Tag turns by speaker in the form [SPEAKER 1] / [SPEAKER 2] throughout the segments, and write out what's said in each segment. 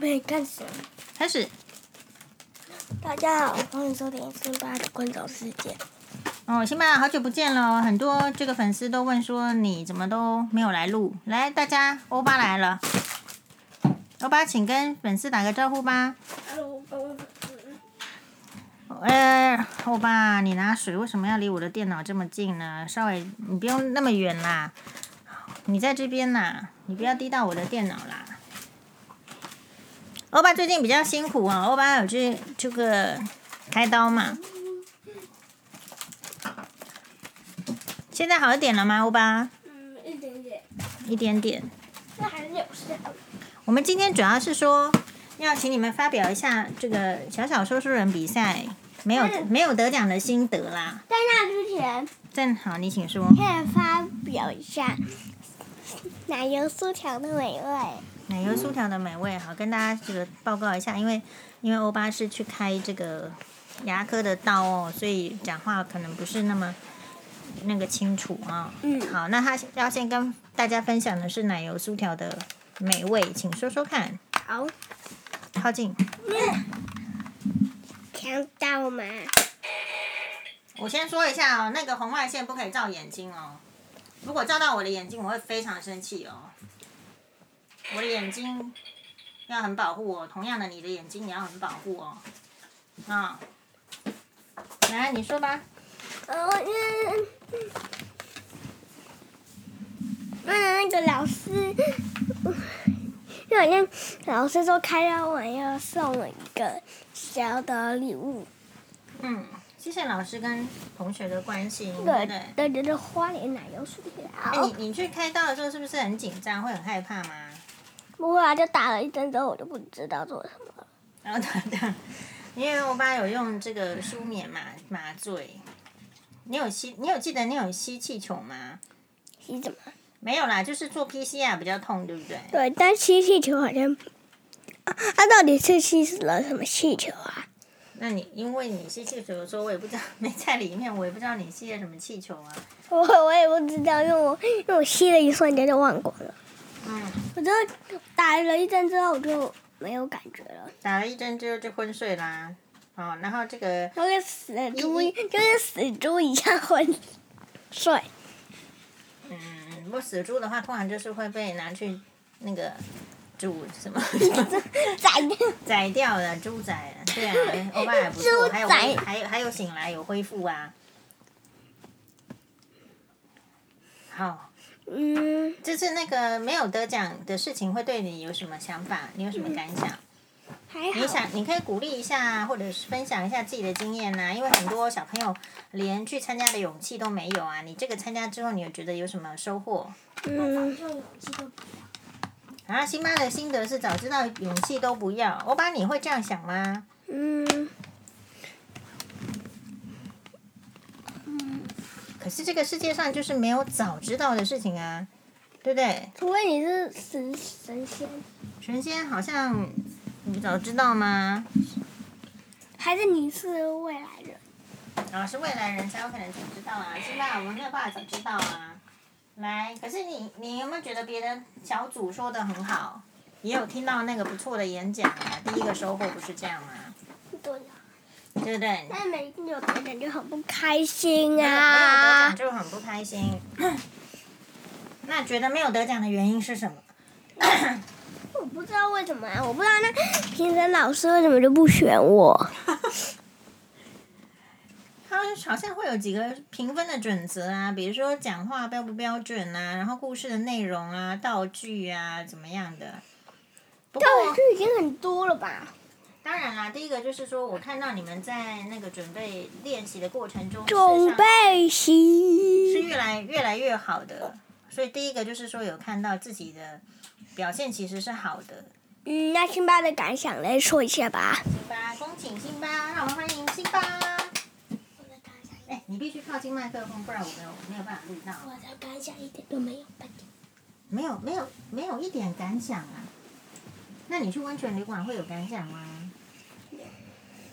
[SPEAKER 1] 没干什么。
[SPEAKER 2] 开始。
[SPEAKER 1] 大家好，欢迎收听辛巴的关岛世界。
[SPEAKER 2] 哦，辛巴，好久不见了，很多这个粉丝都问说你怎么都没有来录。来，大家，欧巴来了，欧巴，请跟粉丝打个招呼吧。呃，欧巴，你拿水为什么要离我的电脑这么近呢？稍微，你不用那么远啦，你在这边啦，你不要滴到我的电脑啦。欧巴最近比较辛苦啊，欧巴有去这个开刀嘛？现在好一点了吗，欧巴？
[SPEAKER 1] 嗯，一点点，
[SPEAKER 2] 一点点。
[SPEAKER 1] 那还是有事。
[SPEAKER 2] 我们今天主要是说，要请你们发表一下这个小小说书人比赛没有
[SPEAKER 1] 嗯
[SPEAKER 2] 没有得奖的心得啦。
[SPEAKER 1] 在那之前，
[SPEAKER 2] 正好你请说，
[SPEAKER 1] 可以发表一下奶油酥条的美味。
[SPEAKER 2] 奶油酥条的美味，好跟大家这个报告一下，因为因为欧巴是去开这个牙科的刀哦，所以讲话可能不是那么那个清楚啊、
[SPEAKER 1] 嗯
[SPEAKER 2] 好，那他要先跟大家分享的是奶油酥条的美味，请说说看，
[SPEAKER 1] 好，
[SPEAKER 2] 靠近。
[SPEAKER 1] 听到吗？
[SPEAKER 2] 我先说一下哦，那个红外线不可以照眼睛哦，如果照到我的眼睛，我会非常生气哦。我的眼睛要很保护哦，同样的，你的眼睛也要很保护哦。啊、来，你说吧。
[SPEAKER 1] 呃，嗯，那那个老师，就好像老师说开刀完要送我一个小的礼物，
[SPEAKER 2] 嗯，谢谢老师跟同学的关心，对不
[SPEAKER 1] 对
[SPEAKER 2] 对？
[SPEAKER 1] 对对对，花莲奶油薯
[SPEAKER 2] 哎，
[SPEAKER 1] 条
[SPEAKER 2] 你。你去开刀的时候是不是很紧张，会很害怕吗？
[SPEAKER 1] 不会啊，就打了一针之后，我就不知道做什么了。
[SPEAKER 2] 然后等等，因为我爸有用这个舒眠麻麻醉，你有吸，你有记得你有吸气球吗？
[SPEAKER 1] 吸怎么？
[SPEAKER 2] 哎没有啦，就是做 PCR 比较痛，对不对？
[SPEAKER 1] 对，但吸气球好像，啊，它到底是吸了什么气球啊？
[SPEAKER 2] 那你因为你吸气球的时候，我也不知道 没在里面，我也不知道你吸了什么气球啊。
[SPEAKER 1] 我我也不知道，因为我因为我吸了一瞬间就忘光了。
[SPEAKER 2] 嗯，
[SPEAKER 1] 我就打了一针之后，我就没有感觉了。
[SPEAKER 2] 打了一针之后就昏睡啦。哦，然后这个
[SPEAKER 1] 就跟死猪
[SPEAKER 2] 一
[SPEAKER 1] 一，就跟死猪一样昏睡。
[SPEAKER 2] 嗯，如果死猪的话，通常就是会被拿去那个煮什么 什么
[SPEAKER 1] 宰掉
[SPEAKER 2] 宰掉了，猪宰了。对啊，欧巴还不错，
[SPEAKER 1] 猪
[SPEAKER 2] 还有
[SPEAKER 1] 宰
[SPEAKER 2] 恢还有还有醒来有恢复啊。好，
[SPEAKER 1] 嗯，
[SPEAKER 2] 这次那个没有得奖的事情会对你有什么想法？你有什么感想？
[SPEAKER 1] 还
[SPEAKER 2] 你
[SPEAKER 1] 哎好。
[SPEAKER 2] 想，你可以鼓励一下，或者是分享一下自己的经验啊呐、因为很多小朋友连去参加的勇气都没有啊。你这个参加之后，你有觉得有什么收获？
[SPEAKER 1] 嗯，
[SPEAKER 2] 啊，辛巴的心得是早知道勇气都不要。欧巴，你会这样想吗？
[SPEAKER 1] 嗯，
[SPEAKER 2] 可是这个世界上就是没有早知道的事情啊，对不对？
[SPEAKER 1] 除非你是神神仙，
[SPEAKER 2] 神仙好像你早知道吗？
[SPEAKER 1] 还是你是未来人？
[SPEAKER 2] 啊，是未来人才有可能早知道啊，辛巴我们没有办法早知道啊。来，可是你你有没有觉得别的小组说的很好？也有听到那个不错的演讲啊，第一个收获不是这样吗？
[SPEAKER 1] 对呀、
[SPEAKER 2] 对不对？
[SPEAKER 1] 但没有得奖就很不开心
[SPEAKER 2] 没有没有得奖
[SPEAKER 1] 啊！
[SPEAKER 2] 就很不开心。 那觉得没有得奖的原因是什么？
[SPEAKER 1] 我不知道为什么啊，我不知道那评审老师为什么就不选 我。
[SPEAKER 2] 他们好像会有几个评分的准则啊，比如说讲话标不标准啊，然后故事的内容啊、道具啊怎么样的。不过
[SPEAKER 1] 但我就已经很多了吧？
[SPEAKER 2] 当然啦，第一个就是说我看到你们在那个准备练习的过程中，事
[SPEAKER 1] 准
[SPEAKER 2] 实上
[SPEAKER 1] 备
[SPEAKER 2] 是
[SPEAKER 1] 席，
[SPEAKER 2] 越来越来越好的。所以第一个就是说有看到自己的表现其实是好的。
[SPEAKER 1] 嗯，那辛巴的感想来说一下吧。
[SPEAKER 2] 辛巴，恭请辛巴，让我们欢迎辛巴。
[SPEAKER 3] 我的感想，
[SPEAKER 2] 哎，你必须靠近麦克风，不然我没有没有办法录到。
[SPEAKER 3] 我的感想一点都没有半点。
[SPEAKER 2] 没有没有没有一点感想啊。那你去温泉旅馆会有感想吗？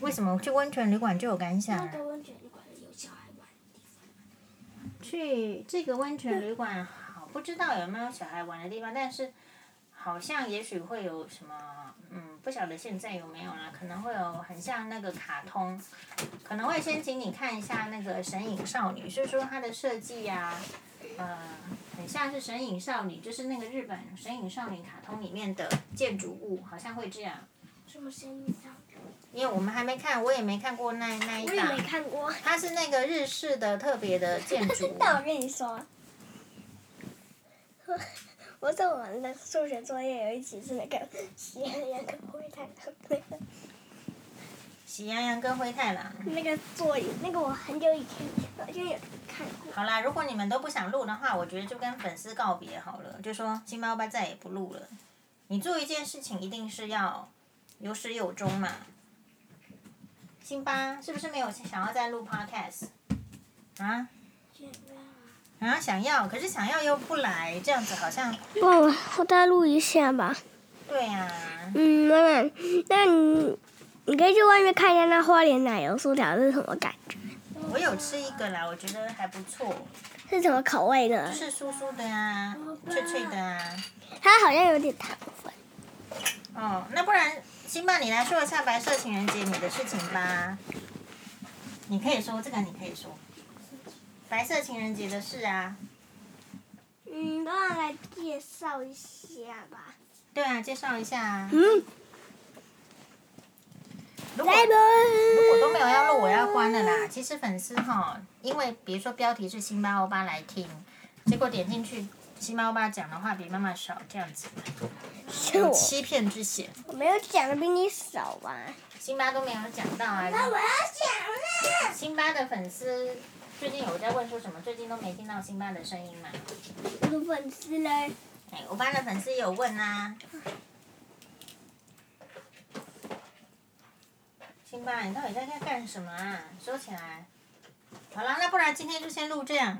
[SPEAKER 2] 为什么去温泉旅馆就有感想
[SPEAKER 3] 那
[SPEAKER 2] 啊？
[SPEAKER 3] 个温泉旅馆有小孩玩，
[SPEAKER 2] 去这个温泉旅馆好，不知道有没有小孩玩的地方，但是好像也许会有什么，嗯，不晓得现在有没有啦，可能会有很像那个卡通，可能会先请你看一下那个《神隐少女》，是说它的设计呀、呃，很像是《神隐少女》，就是那个日本《神隐少女》卡通里面的建筑物，好像会这样。
[SPEAKER 3] 什么声音啊？
[SPEAKER 2] 因为我们还没看，我也没看过那那一
[SPEAKER 1] 我也
[SPEAKER 2] 档
[SPEAKER 1] 没，看过。。
[SPEAKER 2] 它是那个日式的特别的建筑
[SPEAKER 1] 但我跟你 说，我做完的数学作业有一集是那个喜羊羊跟灰太狼那个
[SPEAKER 2] 喜羊羊跟灰太狼。
[SPEAKER 1] 那个座椅，那个我很久以前我就有看过。
[SPEAKER 2] 好啦，如果你们都不想录的话，我觉得就跟粉丝告别好了，就说金包包再也不录了。你做一件事情一定是要有始有终嘛。辛巴是不是没有想要再录 podcast 啊啊？想要，可是想要又不来，这样子好像
[SPEAKER 1] 忘了，我再录一下吧。
[SPEAKER 2] 对啊呀、
[SPEAKER 1] 嗯，妈妈，那你你可以去外面看一下那花莲奶油酥条是什么感觉，
[SPEAKER 2] 我有吃一个啦，我觉得还不错，
[SPEAKER 1] 是什么口味的
[SPEAKER 2] 就？是酥酥的啊，脆脆的啊。
[SPEAKER 1] 它好像有点糖分。
[SPEAKER 2] 哦，那不然，辛巴，你来说一下白色情人节你的事情吧。你可以说这个，你可以说白色情人节的事啊。
[SPEAKER 1] 嗯，让我来介绍一下吧。
[SPEAKER 2] 对啊，介绍一下啊。
[SPEAKER 1] 嗯，
[SPEAKER 2] 如果
[SPEAKER 1] 来吧。
[SPEAKER 2] 我都没有要录，我要关了啦。其实粉丝哈，因为比如说标题是辛巴欧巴来听，结果点进去辛巴欧巴讲的话比妈妈少，这样子
[SPEAKER 1] 是
[SPEAKER 2] 有
[SPEAKER 1] 我，
[SPEAKER 2] 欺骗之嫌。
[SPEAKER 1] 我没有讲的比你少吧？
[SPEAKER 2] 辛巴都没有讲到啊。
[SPEAKER 1] 讲了。
[SPEAKER 2] 辛巴的粉丝最近有在问说什么，最近都没听到辛巴的声音嘛？
[SPEAKER 1] 我的粉丝嘞？
[SPEAKER 2] 哎，我班的粉丝有问啊。辛巴，你到底在在干什么啊？收起来。好了，那不然今天就先录这样。